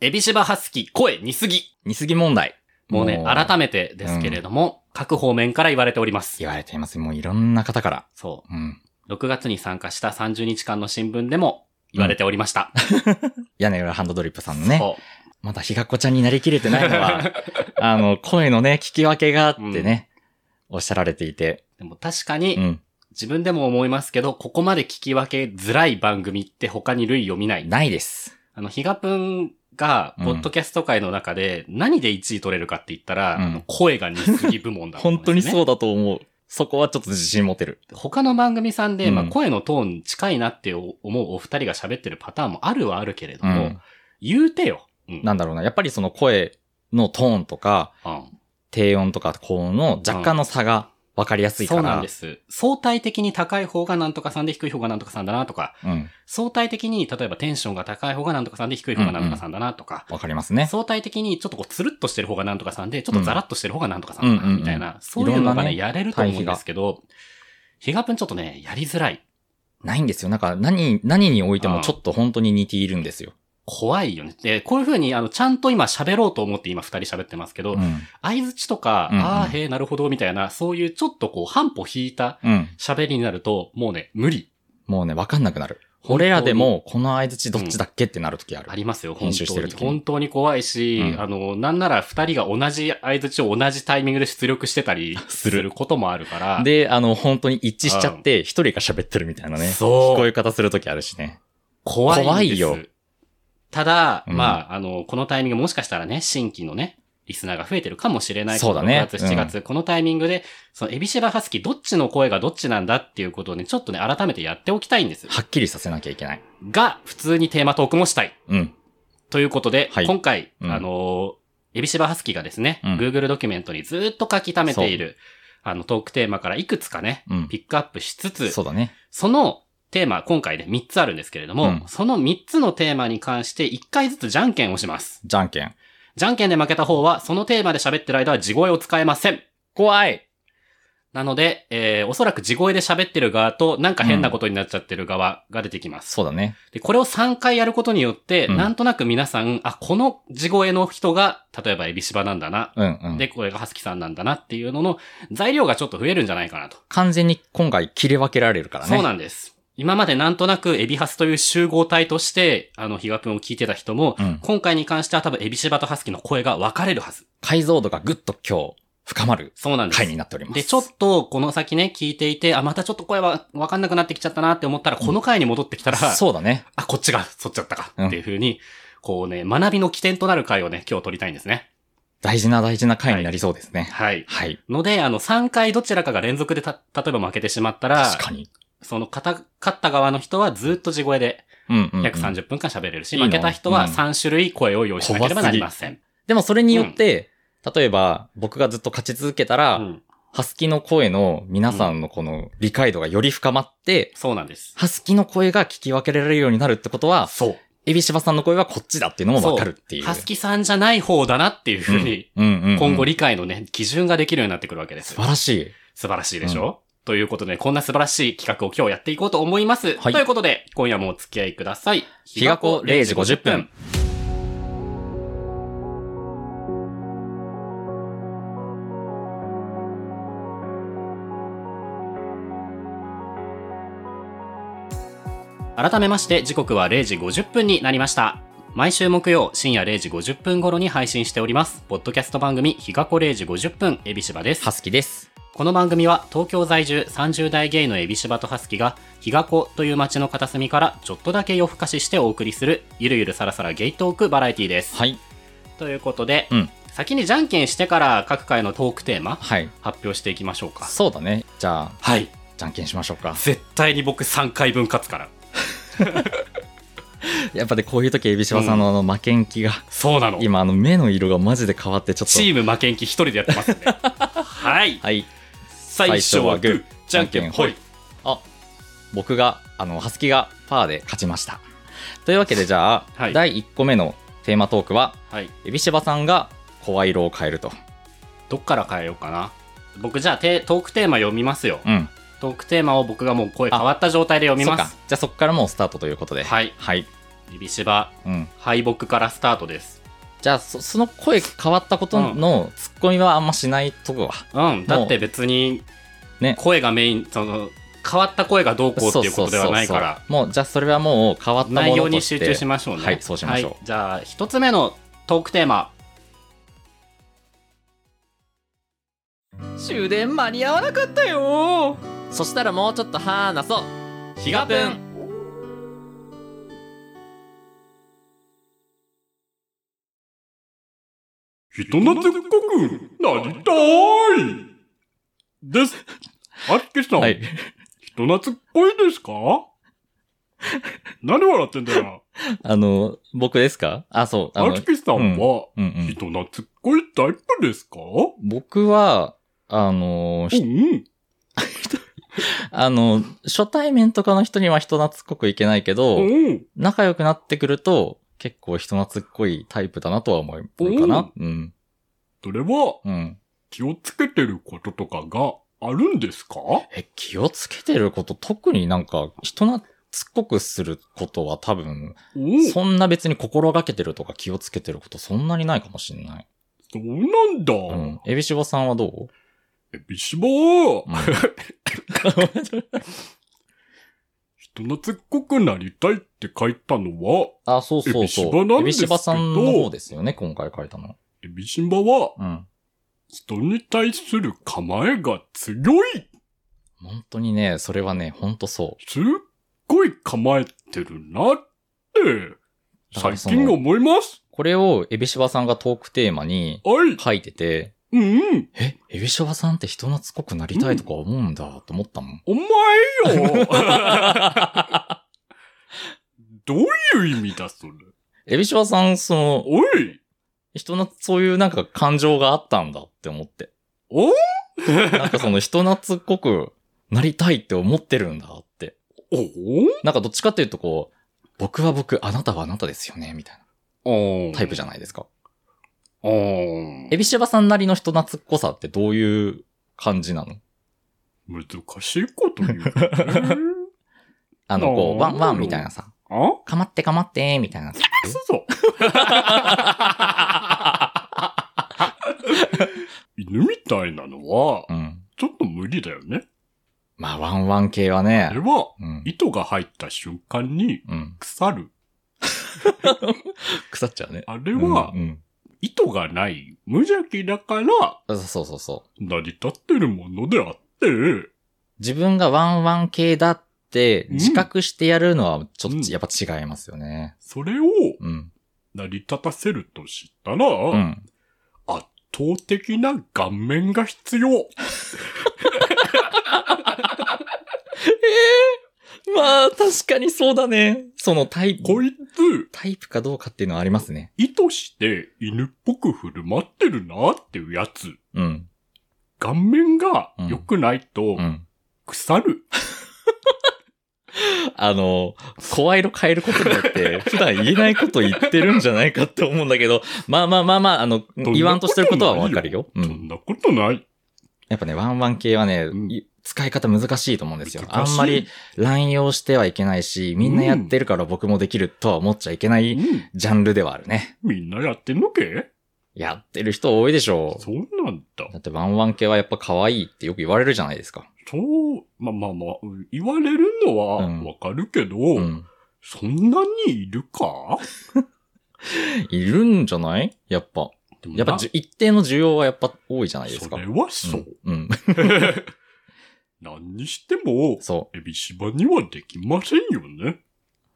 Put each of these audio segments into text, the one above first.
エビシバハスキ声似すぎ。似すぎ問題。もうね、改め。めてですけれども、各方面から言われております。言われています。もういろんな方から。そうん。う。6月に参加した30日間の新聞でも言われておりました。屋根裏ハンドドリップさんのね。そまだひがっこちゃんになりきれてない のは、あの、声のね、聞き分けがあってね、おっしゃられていて。う。でも確かうに、ん。自分でも思いますけど、ここまで聞き分けづらい番組って他に類を見ない。ないです。あの、ヒガプンが、うんポッドキャスト界の中で、何で1位取れるかって言ったら、うんあの声が似すぎ部門だと思うん 本です当よね、にそうだと思う。そこはちょっと自信持てる。他の番組さんで、うんまあ、声のトーン近いなって思うお二人が喋ってるパターンもあるはあるけれども、うん言うてよ。うん。なんだろうな。やっぱりその声のトーンとか、うん低音とか高音の若干の差が分かりやすいかそら。うなんです。相対的に高い方がなんとかさんで低い方がなんとかさんだなとか、うん。相対的に例えばテンションが高い方がなんとかさんで低い方がなんとかさんだなとか、わかりますね。相対的にちょっとこうつるっとしてる方がなんとかさんで、ちょっとザラッとしてる方がなんとかさうんんだうなんうんみたいな、そういうのいがろんなね、ねやれると思うんですけど、ヒガプンちょっとね、やりづらい。ないんですよ。なんか何、何においてうんもちょっと本当に似ているんですよ。怖いよね。で、こういう風に、あの、ちゃんと今喋ろうと思って今二人喋ってますけど、うん。相槌とか、うんうんああ、へえ、なるほど、みたいな、そういうちょっとこう、半歩引いたうん。喋りになると、もうね、無理。もうね、わかんなくなる。俺らで本も、この相槌どっちだっけってなる時あ当るに、あ。りますよ、本編集し当てるに。時に本当に怖いし、うんあの、なんなら二人が同じ相槌を同じタイミングで出力してたりす するることもあるから、で、あの、本当に一致しちゃって、一人が喋ってるみたいなね。そう聞こえ方する時あるしね。怖いんです。怖いよただ、うんまあ、あの、このタイミングもしかしたらね、新規のね、リスナーが増えてるかもしれないそうだね6月、7月、このタイミングで、その、エビシバハスキー、どっちの声がどっちなんだっていうことをね、ちょっとね、改めてやっておきたいんです。はっきりさせなきゃいけない。が、普通にテーマトークもしたい。うん。ということで、はい今回、うんあのー、エビシバハスキーがですね、うん Google ドキュメントにずーっと書き溜めている、あの、トークテーマからいくつかね、うんピ。ックアップしつつ、そうだね。そのテーマ、今回で3つあるんですけれども、うんその3つのテーマに関して1回ずつじゃんけんをします。じゃんけん。じゃんけんで負けた方は、そのテーマで喋ってる間は地声を使えません。怖いなので、えー、おそらく地声で喋ってる側と、なんか変なことになっちゃってる側が出てきます。そうだね。で、これを3回やることによって、うんなんとなく皆さん、あ、この地声の人が、例えばエビシバなんだな。うんうん。で、これがハスキさんなんだなっていうのの、材料がちょっと増えるんじゃないかなと。完全に今回切り分けられるからね。そうなんです。今までなんとなくエビハスという集合体として、あの、ヒガプンを聞いてた人も、うん今回に関しては多分エビシバとハスキの声が分かれるはず。解像度がぐっと今日深まるそうなんです。回になっております。で、ちょっとこの先ね、聞いていて、あ、またちょっと声は分かんなくなってきちゃったなって思ったら、この回に戻ってきたら、そうだね。あ、こっちがそっちだったかうんっていう風に、こうね、学びの起点となる回をね、今日撮りたいんですね。大事な大事な回になりそうですね。はい。はい。ので、あの、3回どちらかが連続でた、例えば負けてしまったら、確かに。その、勝た勝った側の人はずっと地声で、うんうん、うん。約30分間喋れるし、いいの負けた人はうん3種類声を用意しなければなりません。でもそれによって、例えば僕がずっと勝ち続けたら、うんハスキの声の皆さんのこの理解度がより深まって、そうなんです。ハスキの声が聞き分けられるようになるってことは、そう。エビシバさんの声はこっちだっていうのもわかるっていう。ハスキさんじゃない方だなっていうふうに、うんうんうん今後理解のね、基準ができるようになってくるわけです素。晴らしい。素晴らしいでしょ、ということで、こんな素晴らしい企画を今日やっていこうと思います。はいということで、今夜もお付き合いください。日が子0時50分。改めまして時刻は0時50分になりました。毎週木曜深夜0時50分頃に配信しております。ポッドキャスト番組日が子0時50分、エビシバですハ。スキです。この番組は東京在住30代ゲイのエビシバとハスキが日が子という街の片隅からちょっとだけ夜更かししてお送りするゆるゆるさらさらゲイトークバラエティです。はい。ということで、うん先にじゃんけんしてから各回のトークテーマはい。発表していきましょうか。そうだね。じゃあ、はい。じゃんけんしましょうか。 絶対に僕3回分勝つから。やっぱでこういう時エビシバさんのあの負けん気が、そうなの。今あの目の色がマジで変わってちょっと。チーム負けん気一人でやって ますんで。はい。はい。最初はグー、じゃんけんほい。あ、僕が、あの、ハスキがパーで勝ちました。というわけでじゃあ、はい第1個目のテーマトークは、はい。エビシバさんが声色を変えると。どっから変えようかな。僕じゃあテトークテーマ読みますよ。うん。トークテーマを僕がもう声変わった状態で読みそっまかす。。じゃあそこからもうスタートということで。はい。はい。指芝、うん。敗北からスタートです。じゃあそ、その声変わったことのツッコミはあんましないとこは。うん、だって別にね、声がメイン、その、変わった声がどうこうっていうことではないかそうそうら、そうもう、じゃあそれはもう変わったものとして内容に集中しましょうね。はいそうしましょうはいじゃあ、一つ目のトークテーマ。終電間に合わなかったよそしたらもうちょっと話そうヒガプン人懐っこくなりたいです。あつきさん、はい。人懐っこいですか何笑ってんだよ。あの、僕ですかあ、そう。ああの、つきさんは、うんうん。人懐っこいタイプですか僕は、あの、うひん。あの、初対面とかの人には人懐っこくいけないけど、うん。仲良くなってくると、結構人懐っこいタイプだなとは思うかな。うん。それは、うん。気をつけてることとかがあるんですかえ、気をつけてること、特になんか、人懐っこくすることは多分、うん。そんな別に心がけてるとか気をつけてることそんなにないかもしんない。そうなんだ。うん。エビシボさんはど う、えびしばーうん人懐っこくなりたいって書いたのは、あ、そうそうエビシそバう。なエんでビすけシどバさんの方ですよね、今回書いたの。えびしばは、うん。人に対する構えが強い本当にね、それはね、本当そすっごい構えてるなって、だか最らその近思いますう。これをエビシバさんがトークテーマにはい。書いてて、うん。え、エビシバさんって人懐っこくなりたいとか思うんだと思ったもん。お前よどういう意味だ、それ。エビシバさん、その、おい人の、そういうなんか感情があったんだって思って。おなんかその人懐っこくなりたいって思ってるんだって。おなんかどっちかっていうとこう、僕は僕、あなたはあなたですよね、みたいおなタイプじゃん。ゃないですか。おーエビシバさんなりの人懐っこさってどういう感じなの難しいこと言うね。あの、こあーう、ワンワンみたいなさ、あかまってかまって、みたいな。くそ。犬みたいなのは、うん。ちょっと無理だよね。まあ、ワンワン系はあねれ、は、うん。糸が入った瞬間にうん。腐る。腐っちゃうね。あれはう、ん。意図がない、無邪気だから、うんそうそうそう。成り立ってるものであって、自分がワンワン系だってうん自覚してやるのはちょっうんとやっぱ違いますよね。それをうん。成り立たせるとしたら、うん。圧倒的な顔面が必要。まあ確かにそうだね。そのタイこプ、いつ、タイプかどうかっていうのはありますね。意図して犬っぽく振る舞ってるなっていうやつ。うん。顔面が良くないとうん。腐る。あの、声色変えることによって 普段言えないこと言ってるんじゃないかって思うんだけど、まあまあまあまあ、あの、そんな言わんとしてることはわかるよ。うそん。んなことない。やっぱね、ワンワン系はね、うんい使い方難しいと思うんですよ。あ難しいんまり乱用してはいけないし、みんなやってるから僕もできるとは思っちゃいけないうんジャンルではあるね。みんなやってんのけやってる人多いでしょう。そうなんだ。だってワンワン系はやっぱ可愛いってよく言われるじゃないですか。そう、まあまあまあ、言われるのはうんわかるけど、うん。そんなにいるかいるんじゃないやっぱ。やっぱじゅ一定の需要はやっぱ多いじゃないですそか。れはそう。うん。うん。 何にしても、そエビシバにはできませんよね。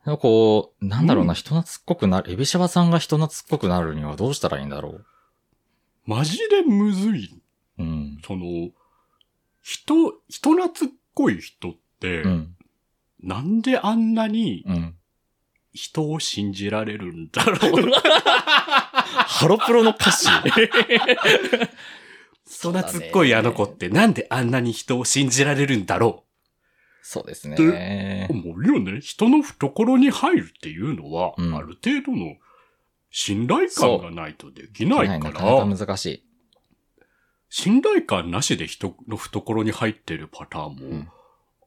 う。でもこう、なんだろうな、う人懐っこくなる、エビシャバさんが人懐っこくなるにはどうしたらいいんだろう。マジでむずい。うん。その、人、人懐っこい人って、うん。なんであんなにうん。人を信じられるんだろ う。ハロプロの歌 詞。人懐っこいあの子ってなんであんなに人を信じられるんだろそうですね。思うよね。人の懐に入るっていうのは、うんある程度の信頼感がないとできないかなら、かなか難しい。信頼感なしで人の懐に入ってるパターうんンも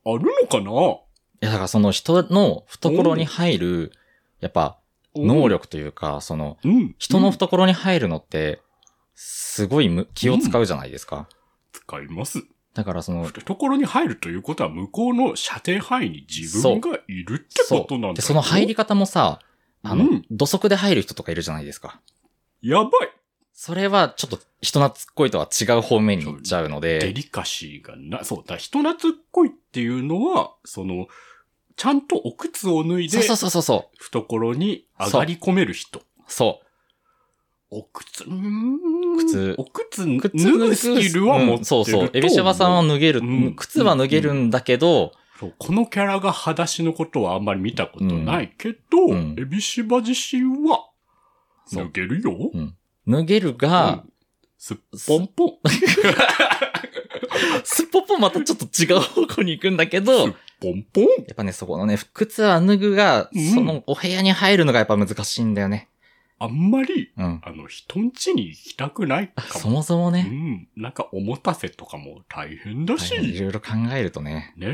あるのかな、いや、だからその人の懐に入る、やっぱ、能力というか、その、うん。人の懐に入るのって、すごいむ気を使うじゃないですか。使います。だからその、懐に入るということは、向こうの射程範囲に自分がいるってことなんだよで、その入り方もさ、あの、うん土足で入る人とかいるじゃないですか。やばそれはちょっと人懐っこいとは違う方面に行っちゃうのいデで、リカシーがな、そう、だ、人懐っこいっていうのは、その、ちゃんとお靴を脱いそうで、そうそうそうそ懐に上がり込める人。う。そお靴、うーん靴お靴う。脱ぐスキルは持ってるうとん思。そううそう。エビシバさんは脱げる、うん靴は脱げるんだけど、そうこのキャラが裸足のことはあんまり見たことないけど、うんエビシバ自身は、そう脱げるよ。うん脱げるが、うんすっぽんぽん。すっぽっぽまたちょっと違う方向に行くんだけすど、やっぽんぽん。っぱね、そこのね、靴は脱ぐがうん、そのお部屋に入るのがやっぱ難しいんだよね。あんまり、うん。あの、人ん家に行きたくないかそも。もそもうね、ん。なんか、おもたせとかも大変だし。大変いろいろ考えるとね、ねや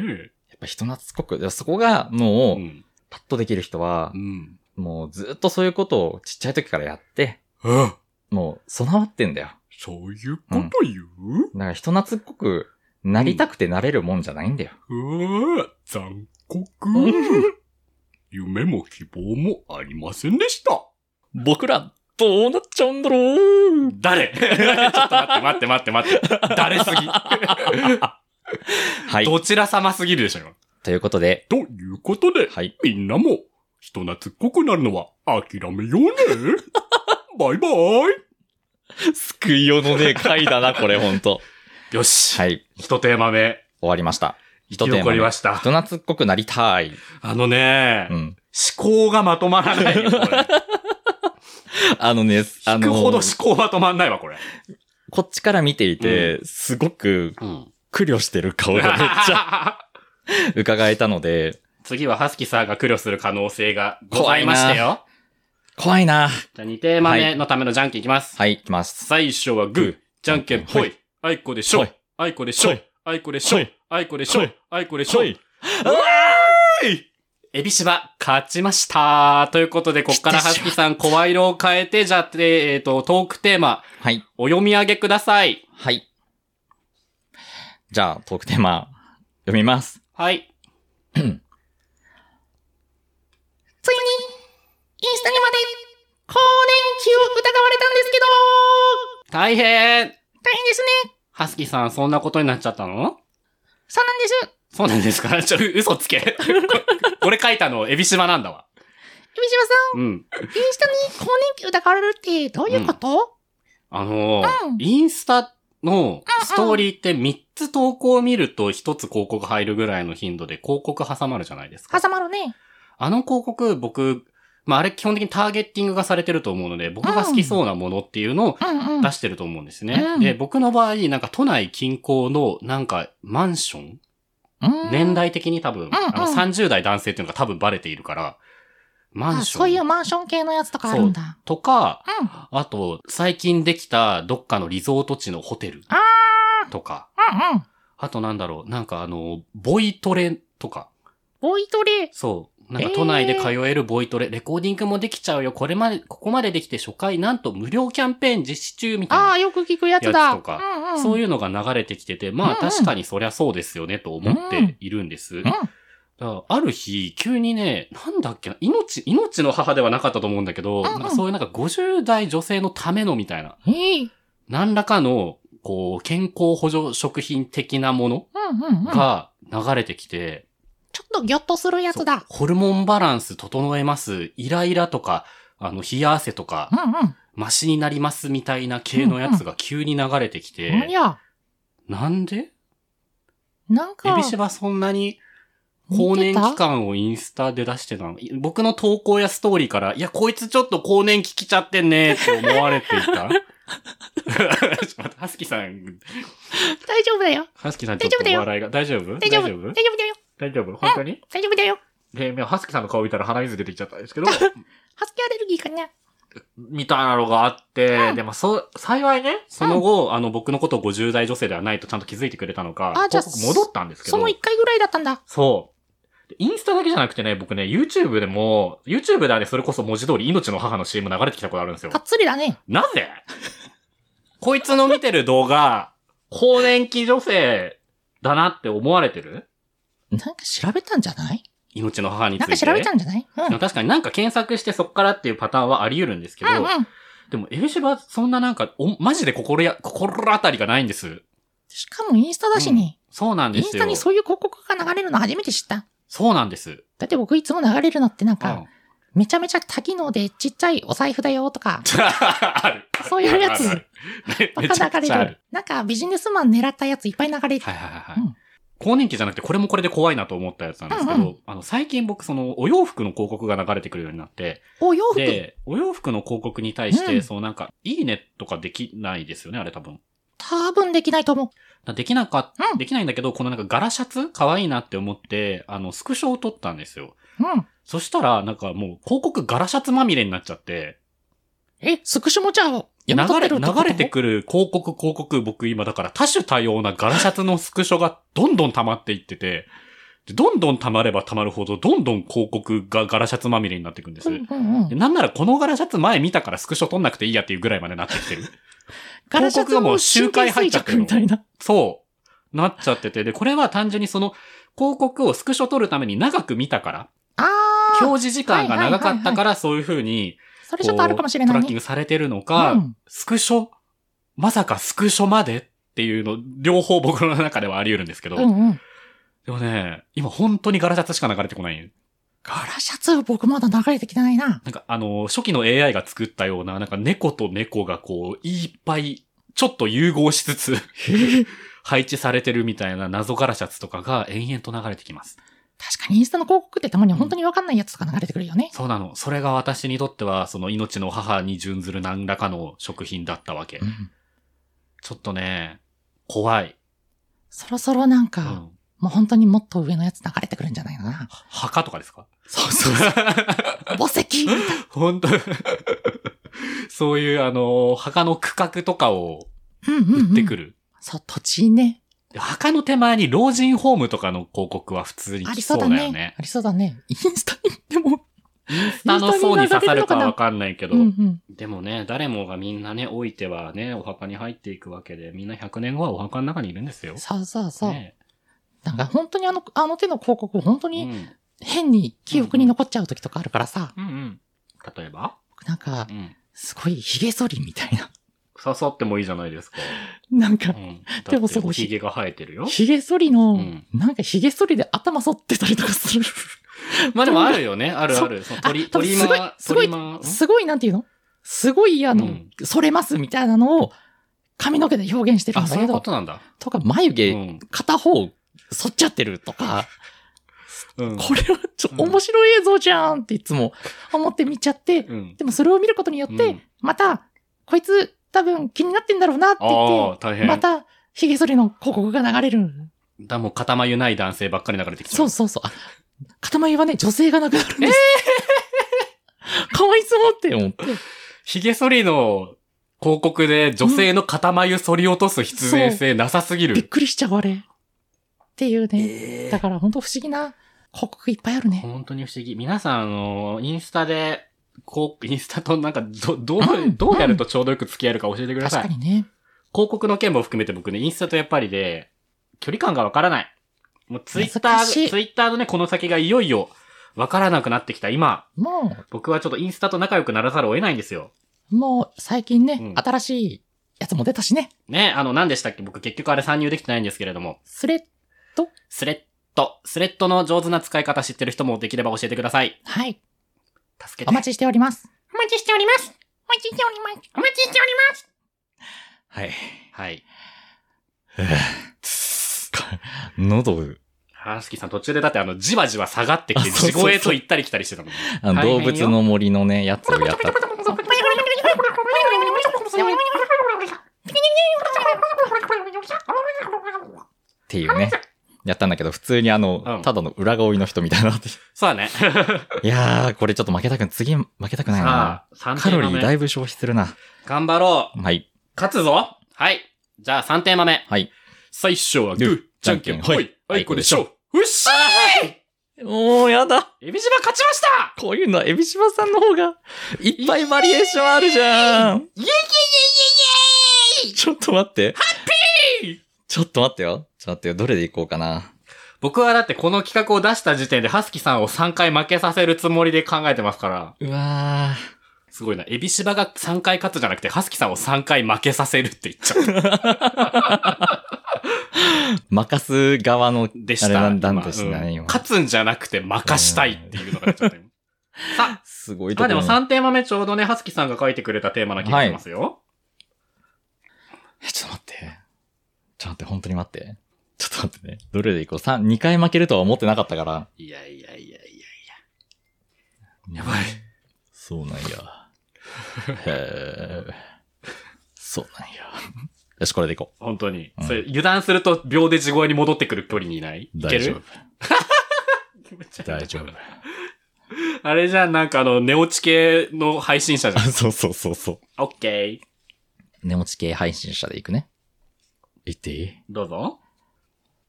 っぱ人懐っこく、だからそこがえ。もうう、ん。パッとできる人はう、ん。もうずっとそういうことをちっちゃい時からやって、あもう備わってんだよ。そういうこと言う、だから人懐っこくなりたくてなれるもんじゃないんだよ。うわぁ残酷。 夢も希望もありませんでした。僕ら、どうなっちゃうんだろう誰ちょっと待って待って待って待って。 誰すぎ。はい。どちら様すぎるでしょ。今ということで、ということで、はい。みんなも人懐っこくなるのは諦め ようね。バイバイ。救いようのね、回だな、これ、ほんと。よし。はい。一テーマ目、終わりました。生き残りましした人。懐っこくなりたい。あのね、う思ん。考がまとまらないよ、こ れ。あのね、あ聞くほどの思、考は止まんないわ、これ。こっちから見ていて、すごく苦慮してる顔がめっちゃ 伺えたので、次はハスキさんが苦慮する可能性がございましたよ。怖いなじゃあ2テーマ目のためのじゃんけんいきます。はい、行きます。最初はグー、じゃんけんぽ。はいあいこでしょは。あいこでしょはい。あいこでしょはい。あいこでしょはい。あいこでしょ。はいエビシバ、勝ちました。ということで、こっからハスキさん、声色を変えて、じゃあ、えっ、と、トークテーマ、はい、お読み上げください。はい。じゃあ、トークテーマ、読みます。はい。ついに、インスタにまで、更年期を疑われたんですけど、大変大変ですね。ハスキさん、そんなことになっちゃったのそうなんです。そうなんですかちょ、嘘つけ。これこ れ書いたの、エビシバなんだわ。海島さうん。ん、インスタに更年期疑われるってどういうこと、あのーうんインスタのストーリーって3つ投稿を見ると1つ広告入るぐらいの頻度で広告挟まるじゃないですか。挟まるね。あの広告、僕、まあ、あれ基本的にターゲッティングがされてると思うので、僕が好きそうなものっていうのをうんうん。出してると思うんですね。うんで、僕の場合、なんか都内近郊の、なんかマンション、うん年代的に多分、あのうん30代男性っていうのが多分バレているから、マンあシそういうョンマンション系のやつとかあるんだ。とか、うん。うんあと、最近できたどっかのリゾート地のホテルあとか、うん。あとなんだろう、なんかあの、ボイトレとか、ボイトレ。そう。なんか都内で通えるボイトレ、レコーディングもできちゃうよ。これまで、ここまでできて初回なんと無料キャンペーン実施中みたいあな。あ、よく聞くやつだ。やつとうかんうん、そういう。いうのが流れてきてて、まあうんうん確かにそりゃそうですよねと思っているんです。だからある日、急にね、なんだっけな、命、命の母ではなかったと思うんだけど、んうんなんかそういうなんか50代女性のためのみたいな、ええ何らかの、こう、健康補助食品的なものうんうんうん。ちょっが流れてきて、とギョッとするやつだ。ホルモンバランス整えます、イライラとか、あの、冷や汗とかう、んうん。マシになりますみたいな系のやつが急に流れてきて、何や。なんでなんかエ、ビシバそんなに更見て年た期間をインスタで出してたのい僕の投稿やストーリーから、いや、こいつちょっと更年期来ちゃってんねーって思われていた。ちょっと待ってハスキさん、大丈夫だよ。ハスキさんちょっと笑いが、大丈夫大丈夫。大丈夫だよ。大丈夫本当に大丈夫だよ。で、今ハスキさんの顔見たら鼻水出てきちゃったんですけ ど、ハスキアレルギーかな。みたいなのがあって、でもそう、幸いね、その後、あの、僕のことを50代女性ではないとちゃんと気づいてくれたのか、あじゃあ報告戻ったんですけそど、の1回ぐらいだったんだ。そう。インスタだけじゃなくてね、僕ね、YouTube でも、YouTube ではね、それこそ文字通り命の母の CM 流れてきたことあるんですよが。っつりだね。なぜ こいつの見てる動画、更年期女性だなって思われてるなんか調べたんじゃない命の母についなんて。か調べたんじゃないうん。うんでも確かになんか検索してそっからっていうパターンはあり得るんですけど、うん。でもエビシバそんななんか、おマジで心や、心当たりがないんです。しかもインスタだしね。そうなんイでンすスよ。タにそういう広告が流れるの初めて知った。そうなんです。だって僕いつも流れるのってなんうんか、めちゃめちゃ多機能でちっちゃいお財布だよとか、 ある。そういうやつあるあるば めちゃっかく流ちゃあれるる。。なんかビジネスマン狙ったやついっぱい流れる。はいはいはい。うはいん更年期じゃなくて、これもこれで怖いなと思ったやつなんですけど、うんうあの、最近僕、その、お洋服の広告が流れてくるようになって、お洋服。で、お洋服の広告に対して、うんそのなんか、いいねとかできないですよね、あれ多分。多分できないと思う。できなかっ、うんできないんだけど、このなんか柄シャツ可愛いなって思って、あの、スクショを撮ったんですよ。うん。そしたら、なんかもう、広告柄シャツまみれになっちゃって、え、スクショもじゃあ、流読み取れ、ってるっ流てことれてくる広告、広告、僕今だから多種多様な柄シャツのスクショがどんどん溜まっていってて、でどんどん溜まれば溜まるほど、どんどん広告が柄シャツまみれになっていくんです。うんうんうでん。なんならこの柄シャツ前見たからスクショ撮んなくていいやっていうぐらいまでなってきてる。 ガラシャツも周回入っちゃってるみたいな。そう。なっちゃってて。で、これは単純にその広告をスクショ撮るために長く見たから、あー、表示時間が長かったからそういう風に、それちょっとあるかもしれトないラッキンね。グされてるのうか、ん。スクショまさかスクショまでっていうの、両方僕の中ではあり得るんですけど。うんうん。でもね、今本当にガラシャツしか流れてこない。ガラシャツ僕まだ流れてきてないな。なんかあの、初期の AI が作ったような、なんか猫と猫がこう、いっぱい、ちょっと融合しつつ、配置されてるみたいな謎ガラシャツとかが延々と流れてきます。確かにインスタの広告ってたまに本当にわかんないやつとか流れてくるよね。そうなの。それが私にとっては、その命の母に準ずる何らかの食品だったわけ。うんちょっとね、怖い。そろそろなんうか、ん。もう本当にもっと上のやつ流れてくるんじゃないか な。墓とかですかそうそうそう。墓石。 本当そういう、あの、墓の区画とかをうんうん、うん。売ってくる。そう、土地ね。墓の手前に老人ホームとかの広告は普通にあり来そそううだだよねね。。ありそうだね。インスタに、でも、下の層に刺さるかわかんないけどう。んうん。でもね、誰もがみんなね、老いてはね、お墓に入っていくわけで、みんな100年後はお墓の中にいるんですよ。そうそうそう。ねなんか本当にあの、あの手の広告、本当うんに変に記憶に残っちゃう時とかあるからさ、うんうん。例えば僕なんかう、ん。すごい髭剃りみたいな。刺さってもいいじゃないですか。なんかう、ん。 ででももそそのこ。ひげが生えてるよ。髭剃りうのん、なんか髭剃りで頭剃ってたりとかする。まあでもあるよね。あるある。その鳥、あ多分鳥すごい間、すごい鳥間。んすごい、なんていうのすごい、あうのん、剃れますみたいなのを、髪の毛で表現してるんあ、だそうけいうこど、となんだ。とか、眉う毛、ん。片方、剃っちゃってるとか、うんこれはちょっうんと面白い映像じゃんっていつも思って見ちゃって、うん。でもそれを見ることによっうてん、また、こいつ多分気になってんだろうなってああ、言大って、変。また、髭剃りの広告が流れる。だもう肩まゆない男性ばっかり流れてきちゃう。そうそうそう。あ、片眉はね、女性がなくなるんです。 かわいそうって思って。ヒゲ剃りの広告で女性の肩眉剃り落とす必然性なさすぎびっる。くりしちゃう、あれ。っていうね。だから本当不思議な広告いっぱいあるね。本当に不思議。皆さん、あの、インスタで、こう、イン スタとなんか、ど、どう、うんどうやるとちょうどよく付き合えるか教えてく確ださい。かにね。広告の件も含めて僕ね、インスタとやっぱりで、距離感がわからない。もうツイッタ難しー、いツイッターのね、この先がいよいよ、わからなくなってきた今、も僕はちょっとインスタと仲良くならざるを得ないんですよ。う、もう最近ね、うん新しいやつも出たしね。ね、あの、何でしたっけ僕結局あれ参入できてないんですけれども。スレスレッド。スレッドの上手な使い方知ってる人もできれば教えてください。はい。助けおて。待ちしております。お待ちしております。お待ちしております。お待ちしております。はい。 はい。喉、ハースキーさん途中でだってあの、じわじわ下がってきて、あそうそう地そう声と行ったり来たりしてたもんね。あの大変よ動物の森のね、やつをやった。っていうね。やったんだけど、普通にあの、うんただの裏顔の人みたいな。そうだね。いやー、これちょっと負けたくん、次負けたくないなさ。あ、3カロ点リ目ーだいぶ消費するな。 頑張ろう。はい。勝つぞはい。じゃあ3点目。はい。最初はグーじゃんけんほいはい、これでしょ。うっしゃーいもうやだ。エビ島勝ちましたこういうのは、エビシバさんの方が、いっぱいバリエーションあるじゃん。ちょっと待って。ハッピーちょっと待ってよ。ちょっと待ってよ。どれでいこうかな。僕はだってこの企画を出した時点でハスキさんを3回負けさせるつもりで考えてますから、うわー。すごいな。エビ島が3回勝つじゃなくて、ハスキさんを3回負けさせるって言っ ちゃう。任す側の、でした。あれなんだ今んですうね、ん今。勝つんじゃなくて任したいっていうのが出ちゃった今さあ、すごいまとあこでろもに3テーマ目ちょうどね、ハスキさんが書いてくれたテーマな気がしますよ。えちょっと待って。ちょっと待って、本当に待って。ちょっと待ってね。どれでいこう。三2回負けるとは思ってなかったから。い、やいやいやいやばい。そうなんや。へーそうなんや。よし、これでいこや、本当に。うん。それ油断すると秒で地声に戻ってくる距離にいないういけ大 丈る夫。気持ち悪い大丈夫。あれじゃん、なんかあの、寝落ち系の配信者じ あゃん。そうそうそうそう。オッケー。寝落ち系配信者でいくね。いっていいどうぞ。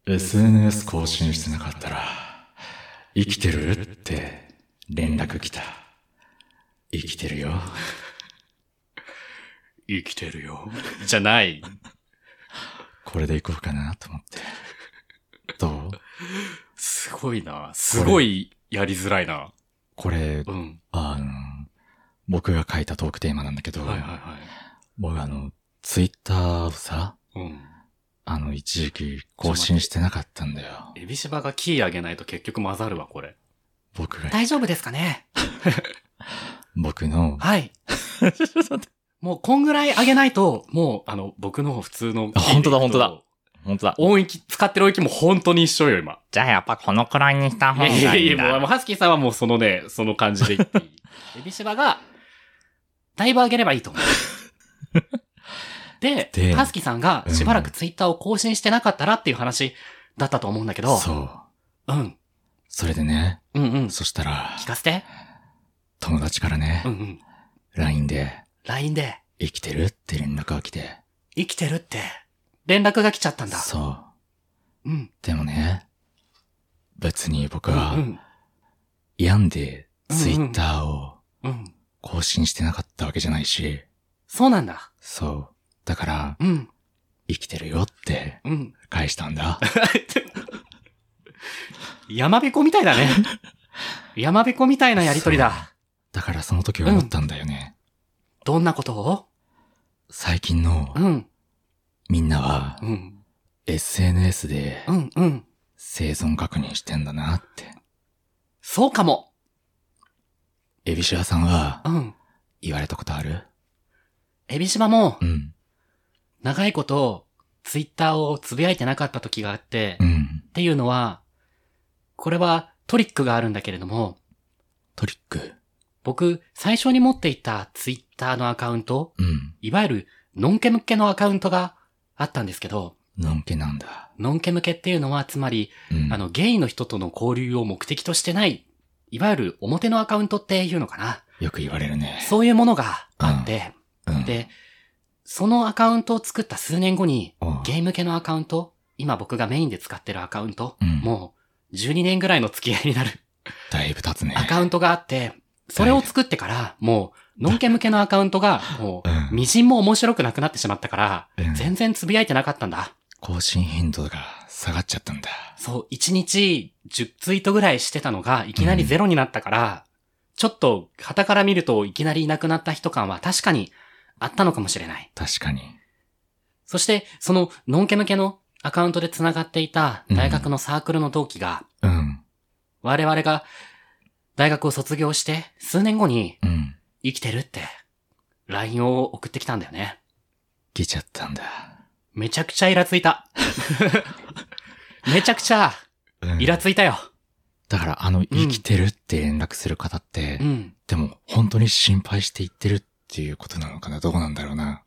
?SNS 更新してなかったら、生きてるって連絡来た。生きてる よ。生きてるよ。じゃない。これでいこうかなと思って。どうすごいな。すごいやりづらいな。これ、うん。あの、僕が書いたトークテーマなんだけど、はいはいは僕あの、ツイッターをさ、い。うん。あの、一時期更新してなかったんだよ。エビシバがキー上げないと結局混ざるわ、これ。僕が、大丈夫ですかね僕の、はい。 もう、こんぐらい上げないと、もう、あの、僕の普通のキーでいくと。あ本当だ本当だ本当だ。音域、使ってる音域も本当に一緒よ、今。じゃあやっぱこのくらいにしたいやいやいや、もうあの、ハスキーさんはもうそのね、その感じで言って いい。エビシバが、だいぶ上げればいいと思う。で、でハスキーさんがうんしばらくツイッターを更新してなかったらっていう話だったと思うんだけど、そう。うん、それでね、うんうん。そしたら、聞かせて。友達からね、うんうん。 LINE で、 LINE で、生きてるって連絡が来て、生きてるって、連絡が来ちゃったんだ。そう。うん。でもね、別に僕うは、ん。病んで、ツイッターをうん。更新してなかったわけじゃないし、そうなんだ。そう。だから、うん。生きてるよってうん。返したんだ。山べこみたいだね。山べこみたいなやりと りだ。だからその時思ったんだよね。どんなことを最近のうん。みんなはう、ん。 SNS でうん。うん。生存確認してんだなって。そうかも。エビシアさんはうん。言われたことあるエビシバもう、ん。長いこと、ツイッターをつぶやいてなかった時があって、うっん。ていうのは、これはトリックがあるんだけれども、トリック。僕、最初に持っていたツイッターのアカウント、うん。いわゆる、ノンケ向けのアカウントがあったんですけど、のんけなんだ。ノンケ向けっていうのは、つまり、うん。あの、ゲイの人との交流を目的としてない、いわゆる表のアカウントっていうのかな。よく言われるね。そういうものがあって、うん。で、そのアカウントを作った数年後に、おうゲイ向けのアカウント、今僕がメインで使ってるアカウント、うんもう12年ぐらいの付き合いになるだいぶ経つね。アカウントがあって、それを作ってから、もう、ノンケ向けのアカウントが、もうう、ん微塵も面白くなくなってしまったから、うん全然つぶやいてなかったんだ。更新頻度が下がっちゃったんだ。そう、1日10ツイートぐらいしてたのが、いきなりゼロになったから、ちょっと、旗から見るといきなりいなくなった人感は確かにあったのかもしれない。確かに。そして、その、ノンケ向けのアカウントで繋がっていた大学のサークルの同期が、うん。我々が大学を卒業して数年後にうん。生きてるって LINE を送ってきたんだよね。来ちゃったんだ。めちゃくちゃイラついた。めちゃくちゃうんイラついたよ。だから、あの、生きてるって連絡する方って、うん。でも、本当に心配して言ってるっていうことなのかなどうなんだろうな。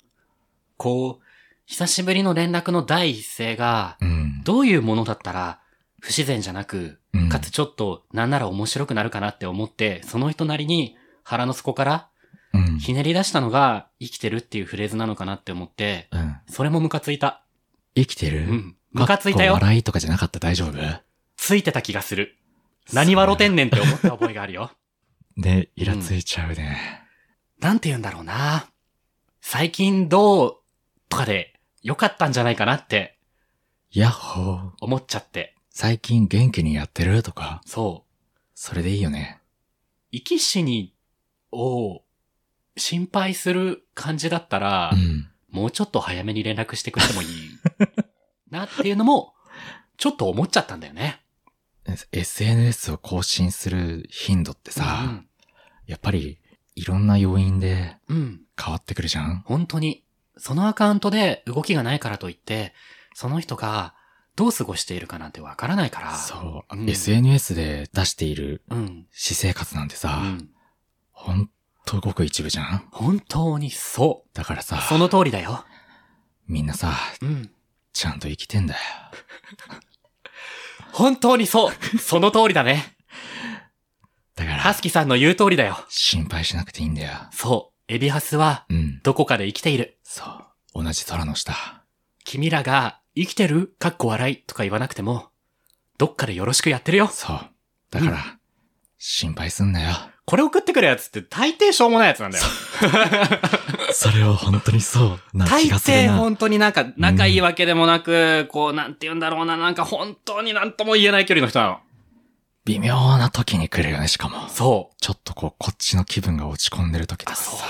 こう、久しぶりの連絡の第一声が、うん。どういうものだったら不自然じゃなく、うんかつちょっとなんなら面白くなるかなって思って、その人なりに腹の底からうん。ひねり出したのが生きてるっていうフレーズなのかなって思って、うん。それもムカついた。生きてるうん。ムカついたよかっこ。笑いとかじゃなかった大丈夫ついてた気がする。何は露天ねんって思った覚えがあるよ。で、イラついちゃうね。なんて言うんだろうな。最近どうとかで良かったんじゃないかなってヤッホー。思っちゃって。最近元気にやってるとか、そう。それでいいよね。生き死にを心配する感じだったら、うん。もうちょっと早めに連絡してくれてもいいなっていうのも、ちょっと思っちゃったんだよね。 SNS を更新する頻度ってさ、うんやっぱりいろんな要因でうん。変わってくるじゃん本当に、そのアカウントで動きがないからといって、その人がどう過ごしているかなんてわからないから。そう、うん SNS で出しているう。うん。私生活なんてうさ、ん。ほんとごく一部じゃん本当にそだからさう。、その通りだよ。みんなさ、うん。ちゃんと生きてんだよ。本当にそう。その通りだね。だかハら、スキさんの言う通りだよ。心配しなくていいんだよ。そう。エビハスはうん、どこかで生きている。そう。同じ空の下。君らが生きてるかっこ笑いとか言わなくても、どっかでよろしくやってるよ。そう。だから、心配すんなよ。これ送ってくるやつって大抵しょうもないやつなんだよ。 それは本当にそうな大気がする抵な。本当になんか仲いいわけでもなく、こうなんて言うんだろうな、なんか本当になんとも言えない距離の人なの。微妙な時に来るよね、しかも。そう。ちょっとこう、こっちの気分が落ち込んでる時とかあそうさ、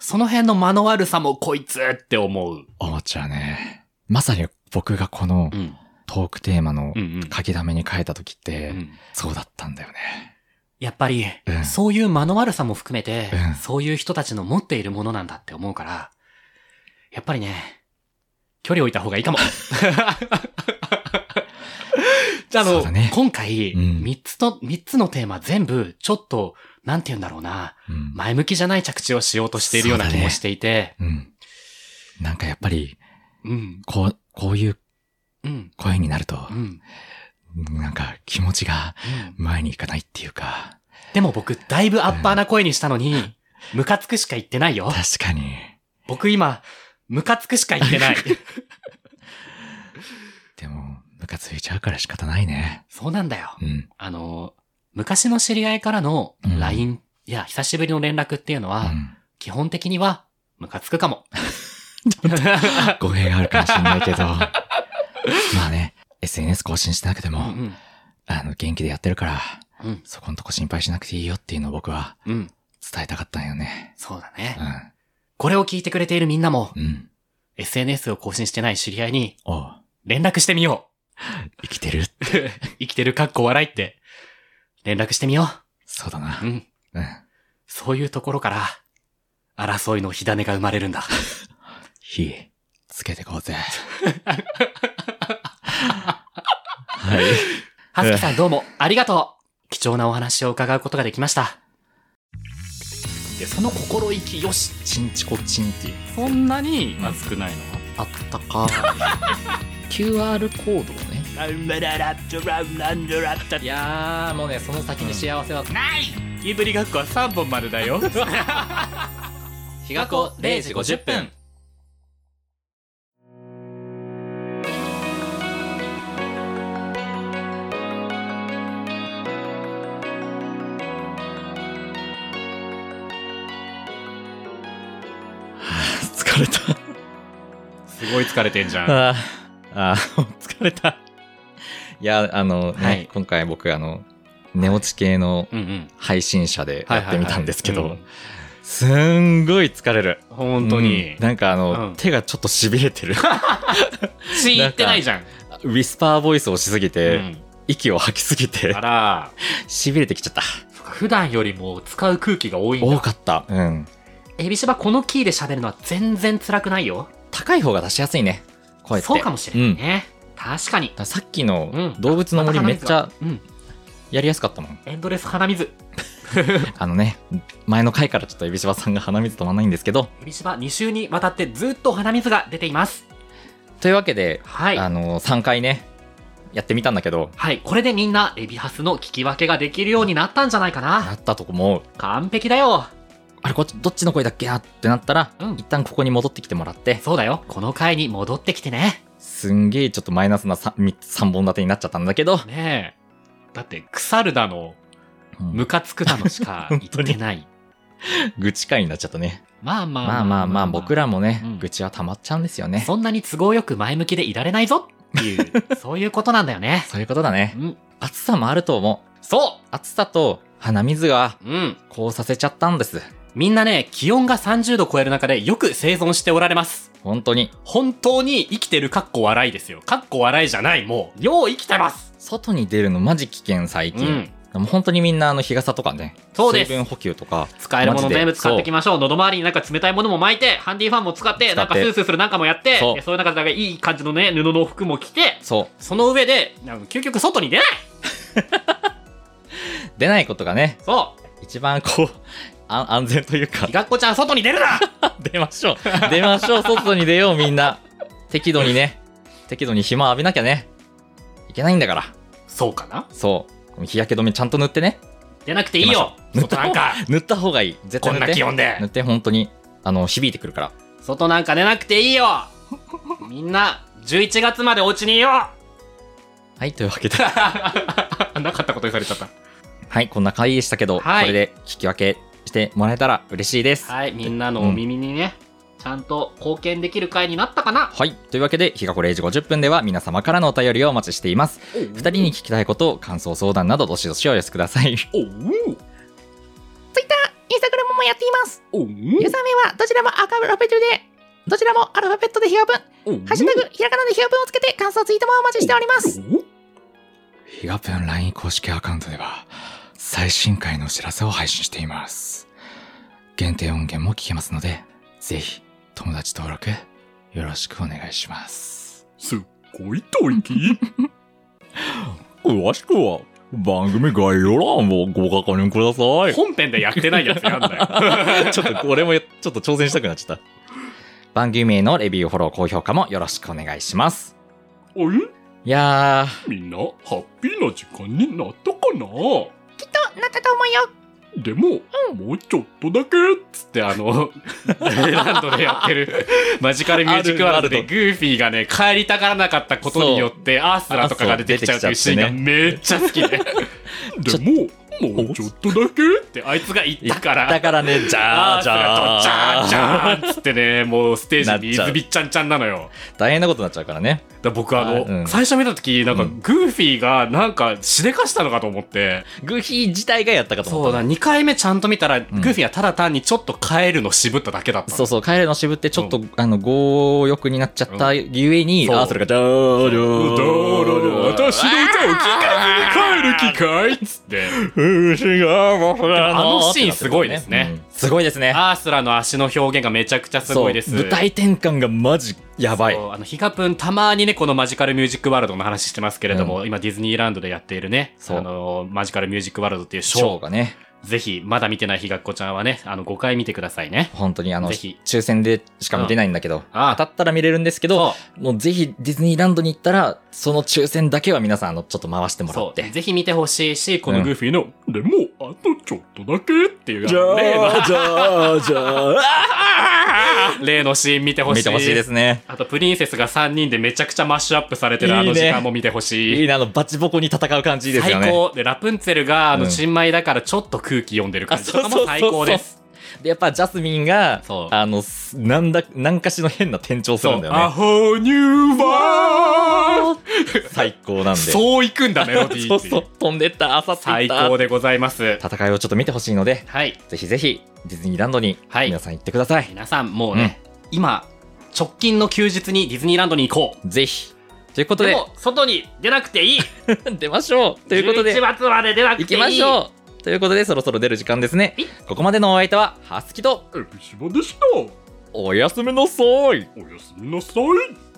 その辺の間の悪さもこいつって思う。思っちゃうね。まさに僕がこのうん。トークテーマのうんうん。書き溜めに書いた時っうて、んそうだったんだよね。やっぱり、うんそういう間の悪さも含めて、うんそういう人たちの持っているものなんだって思うから、やっぱりね、距離を置いた方がい いかも。じゃあ、あそのう、だね今回、うん三つと、三つのテーマ全部、ちょっと、なんて言うんだろうな、うん。前向きじゃない着地をしようとしているようなそう気だねもしていて、うん。なんかやっぱり、うん、こう、こういううん、声になると、うん、うん。なんか気持ちが前に行かないっていうか、でも僕、だいぶアッパーな声にしたのに、ムカつくしか言ってないよ。確かに。僕今、ムカつくしか言って ない。でも、ムカついちゃうから仕方ないね。そうなんだよ。うん。あの、昔の知り合いからのうん LINE や久しぶりの連絡っていうのうは、ん。基本的にはムカつくかも。語弊があるかもしれないけど、 まあね、SNS 更新してなくて うも、んあの、元気でやってるから、うんそこんとこ心配しなくていいよっていうのを僕はうん。うん。伝えたかったんよね。そうだね。うこれを聞いてくれているみんなも、ん。うん。 SNS を更新してない知り合いにおう連絡してみよ生きてるう。生きてるかっこ笑いって。連絡してみよそうだなう。う。ん。うん。そういうところから、争いの火種が生まれるんだ。火、つけてこうぜ。はい。はすきさんどうもありがとう。貴重なお話を伺うことができました。で、その心意気、よし、チンチコチンっていう。そんなにまずくないのあったか。QR コードをね。いやーもうねその先に幸せはギブリ学校は3本までだよ。日が子0時50分疲れた。すごい疲れてんじゃん。あーあー、疲れた。いや、あの、ねはい今回僕、あの、寝落ち系のうんうん。配信者でやってみたんですけはいはどいはい、すんごい疲れる。本当にうん。なんかあの、うん手がちょっと痺れ てる。血いってないじゃん。ウィスパーボイスをしすぎて、うん息を吐きすぎてあ、ら、痺れてきちゃった。普段よりも使う空気が多いん多だ。かった。うん。エビシバこのキーで喋るのは全然辛くないよ。高い方が出しやすいね。声って。そうかもしれないうんだかね。確かに。らさっきうのん動物の森めっちゃうん。やりやすかったもん。エンドレス鼻水。あのね、前の回からちょっとエビシバさんが鼻水止まんないんですけど、エビシバ2週にわたってずっと鼻水が出ています。というわけで、はい。あの3回ねやってみたんだけどはい。これでみんなエビハスの聞き分けができるようになったんじゃないかな。なったとこも完璧だよ。あれこっちどっちの声だっけなってなったら、うん一旦ここに戻ってきてもらってそうだよ。この回に戻ってきてね。すんげえちょっとマイナスな 3, 三本立てになっちゃったんだけど ねだって、腐るだの、うんムカつくだのしか本言っ当にてない。愚痴会になっちゃったね。まあまあまあまあまあ、僕らもね、うん愚痴は溜まっちゃうんですよね。そんなに都合よく前向きでいられないぞっていう、そういうことなんだよね。そういうことだねう。ん。暑さもあると思う。 そ暑さと鼻水がううん。こうさせちゃったんです。みんなね、気温が30度超える中でよく生存しておられます。本当に。本当に生きてるかっこ笑いですよ。かっこ笑いじゃない、もう。よう生きてます外に出るのマジ危険最う近。ん。もう本当にみんなあの日傘とかね。そうです水分補給とか。使えるものマジで全部使ってきましょう。喉周りになんか冷たいものも巻いて、ハンディファンも使って、使なってんかスースーするなんかもやって、そうでそういう中でなんかいい感じのね、布の服も着て、そ。その上で、なんか究極外に出ないう出ないことがね、そう一番こう、あ安全というかひ。がっこちゃん外に出るな 出ましょう。出ましょう。外に出よう、みんな。適度にね。適度に暇浴びなきゃね。いけないんだから。 そうかなそう。日焼け止めちゃんと塗ってね。出なくていいよ出まし外ょうなんか、塗った方がいい。絶こ対ん塗って。な気温で塗。って、本当に。あの、響いてくるから。外なんか出なくていいよ みんな、11月までお家にいようはい、というわけ で。なかったことにされちゃった。はい、こんな回でしたけど、はいこれで聞き分けしてもらえたら嬉しいです。はい。はい、みんなのお耳にね、ちゃんと貢献できる回になったかなというわけで、日がこれ0時50分では皆様からのお便りをお待ちしています。二人に聞きたいこと、感想相談などどしどしお寄せください。おう Twitter、Instagram もやっています。おうユーザー名はどちらもアルファベットで、どちらもアルファベットでひよぶん、ハおうッシュタグ、ひらがなでひよぶんをつけて感想ツイートもお待ちしております。おうヒガプン LINE 公式アカウントでは最新回のお知らせを配信しています。限定音源も聞けますので、ぜひ友達登録よろしくお願いします。すっごい吐 息詳しくは番組概要欄をご確認くださ い。本編でやってないやつやんだ よ。ちょっと俺もちょっと挑戦したくなっちゃった。番組名のレビュー、フォロー、高評価もよろしくお願いします。おいいやみんなハッピーな時間になったかとななったと思うよ。でも、もうちょっとだけつって、あの、レランドでやってる、マジカルミュージックワールドあでるあるグーフィーがね、帰りたがらなかったことによって、アースラとかが出てきちゃうっていうシーンがそうめっちゃ好きで、でも、もうちょっとだけであいつが言っー、たから、だからね、じアゃあースじゃラあとジャーンジャーンっつってね、もうステージに水びっちゃんちゃんなのよ。大変なことになっちゃうからね。だから僕あの、あうん最初見た時、なんかグーフィーがなんかしでかしたのかと思って、グヒー自体がやったかと思そっうた。だ、2回目ちゃんと見たら、グーフィーはただ単にちょっと帰るの渋っただけだったの。そうそう、帰れの渋ってちょっと、あの、強欲になっちゃったゆえに、そうアースラが、じゃあじゃだあら私の歌を聞かずに帰る機会つってうしが僕らあのシーンすごいですねうんすごいですね。アースラの足の表現がめちゃくちゃすごいです。そう舞台転換がマジやばい。そうあのヒカプンたまにねこのマジカルミュージックワールドの話してますけれども、今ディズニーランドでやっているねそうあのマジカルミュージックワールドっていうシショョーーがね、ぜひまだ見てないひがっこちゃんはねあの5回見てくださいね本当にあの、ぜひ抽選でしか見れないんだけど、あ当たったら見れるんですけどそ、もうぜひディズニーランドに行ったら、その抽選だけは皆さん、あの、ちょっと回してもらそっうて。ぜひ見てほしいしこのグーフィーのでもあとちょっとだけっていうじゃあ、じゃあ、じゃあ、例のシーン見てほしい見てほしいですね。あとプリンセスが3人でめちゃくちゃマッシュアップされてるあいのいね時間も見てほしいいいな、あの、バチボコに戦う感じですよね。最高でラプンツェルがあのうん新米だからちょっと空気読んでる感じとかあもそうそうそう最そう高ですで、やっぱ、ジャスミンがそ、うあの、すなんだ、なんかしの変な転調するんだよアね。ホニューワー最高なんで。う、そういくんだメロディーそっうていうそう、飛んでった、朝ってい最った高でございます戦いをちょっと見てほしいので、はいぜひぜひ、ディズニーランドに、はい皆さん行ってください。皆さんもうね、今直近の休日にディズニーランドに行こうぜひ。ということでで、も外に出なくて いい出ましょうということで11、月まで出なくてい 行いきましょうということで、そろそろ出る時間ですねい。ここまでのお相手は、ハスキと、エビシバでしたおやすみなさいおやすみなさい